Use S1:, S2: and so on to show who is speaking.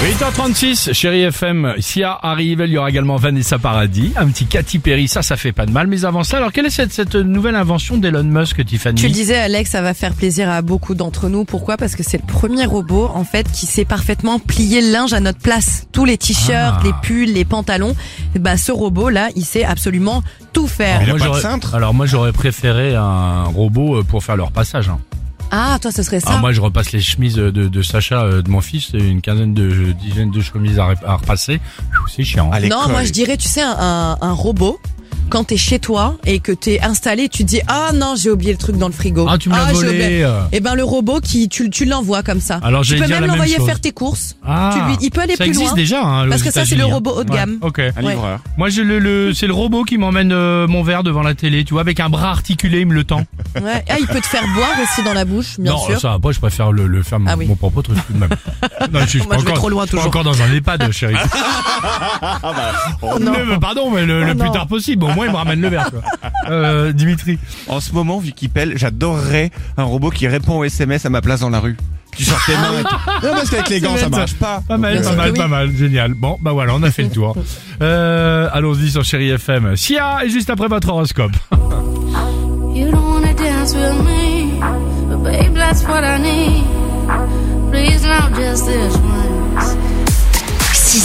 S1: Et 8h36, chérie FM, Sia arrive, il y aura également Vanessa Paradis, un petit Katy Perry, ça, ça fait pas de mal, mais avant ça, alors quelle est cette, cette nouvelle invention d'Elon Musk, Tiffany
S2: Tu le disais, Alex, ça va faire plaisir à beaucoup d'entre nous. Pourquoi Parce que c'est le premier robot, en fait, qui sait parfaitement plier le linge à notre place. Tous les t-shirts,
S1: Ah.
S2: les pulls, les pantalons. Bah, ce robot-là, il sait absolument tout faire.
S1: Alors,
S3: Il a
S1: moi,
S3: pas de
S1: j'aurais-
S3: cintre
S1: Alors moi j'aurais préféré un robot euh, pour faire leur passage. hein.
S2: Ah, toi, ce serait ça
S1: Alors moi je repasse les chemises de, de Sacha, euh, de mon fils, c'est une quinzaine de dizaines de chemises à, rep- à repasser. Pfiou, C'est chiant. hein.
S3: à
S2: Non,
S3: l'école.
S2: moi, je dirais, tu sais, un, un- un robot. Quand t'es chez toi et que t'es installé, tu te dis ah non j'ai oublié le truc dans le frigo.
S1: Ah tu me l'as
S2: j'ai oublié.
S1: volé. euh.
S2: Eh ben le robot qui tu, tu l'envoies comme ça.
S1: Alors,
S2: tu
S1: j'allais
S2: peux
S1: dire
S2: même
S1: la même
S2: l'envoyer
S1: chose.
S2: faire tes courses.
S1: Ah,
S2: tu lui- il peut aller
S1: ça
S2: plus
S1: existe
S2: loin.
S1: déjà. hein,
S2: Parce
S1: aux
S2: que ça, c'est
S1: États-Unis,
S2: le
S1: hein.
S2: robot haut de
S1: Ouais,
S2: gamme.
S1: Ok.
S3: Un
S2: Ouais.
S3: livreur.
S1: Moi, je, le, le- c'est le robot qui m'emmène euh, mon verre devant la télé, tu vois, avec un bras articulé, il me le tend.
S2: Ouais. Ah il peut te faire boire aussi dans la bouche bien
S1: non,
S2: sûr.
S1: ça va pas, je préfère le, le faire mon,
S2: Ah oui.
S1: mon propre truc tout de même. non, je suis
S2: Moi,
S1: pas
S2: je vais
S1: encore,
S2: trop loin,
S1: je suis pas
S2: toujours. Oh
S1: encore dans un EHPAD, chérie. Mais, mais pardon, mais le, le plus
S2: Ah non.
S1: tard possible, au moins il me ramène le verre. quoi. Euh, Dimitri.
S3: En ce moment, vu qu'il pèle, j'adorerais un robot qui répond aux SMS à ma place dans la rue. Tu sors tes mains et tout. Non, parce qu'avec les gants,
S1: C'est
S3: ça
S1: bête, ça. Ah,
S3: marche pas.
S1: Pas mal,
S2: Bien
S1: pas
S2: sûr
S1: mal,
S2: que oui.
S1: pas mal, génial. Bon, bah voilà, on a fait le tour. Euh, Allons-y sur chérie FM. Sia, et juste après votre horoscope.
S4: You don't wanna dance with me, but babe, that's what I need. Please, now just this once.